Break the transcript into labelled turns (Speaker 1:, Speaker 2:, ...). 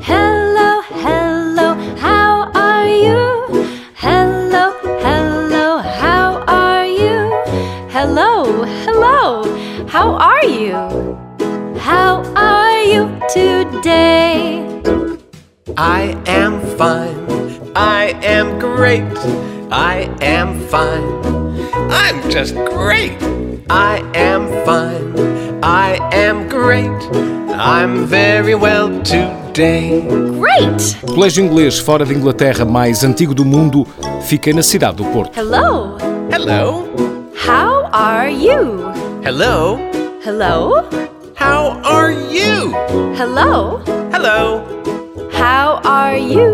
Speaker 1: Hello, hello, how are you? Hello, hello, how are you? Hello, hello, how are you? How are you today?
Speaker 2: I am fine. I am great. I am fine. I'm just great. I am fine. I am great. I'm very well today.
Speaker 1: Great!
Speaker 3: Colégio Inglês fora da Inglaterra mais antigo do mundo fica na cidade do Porto.
Speaker 1: Hello,
Speaker 2: Hello.
Speaker 1: how are you?
Speaker 2: Hello.
Speaker 1: Hello,
Speaker 2: How are you?
Speaker 1: hello,
Speaker 2: Hello.
Speaker 1: how are you?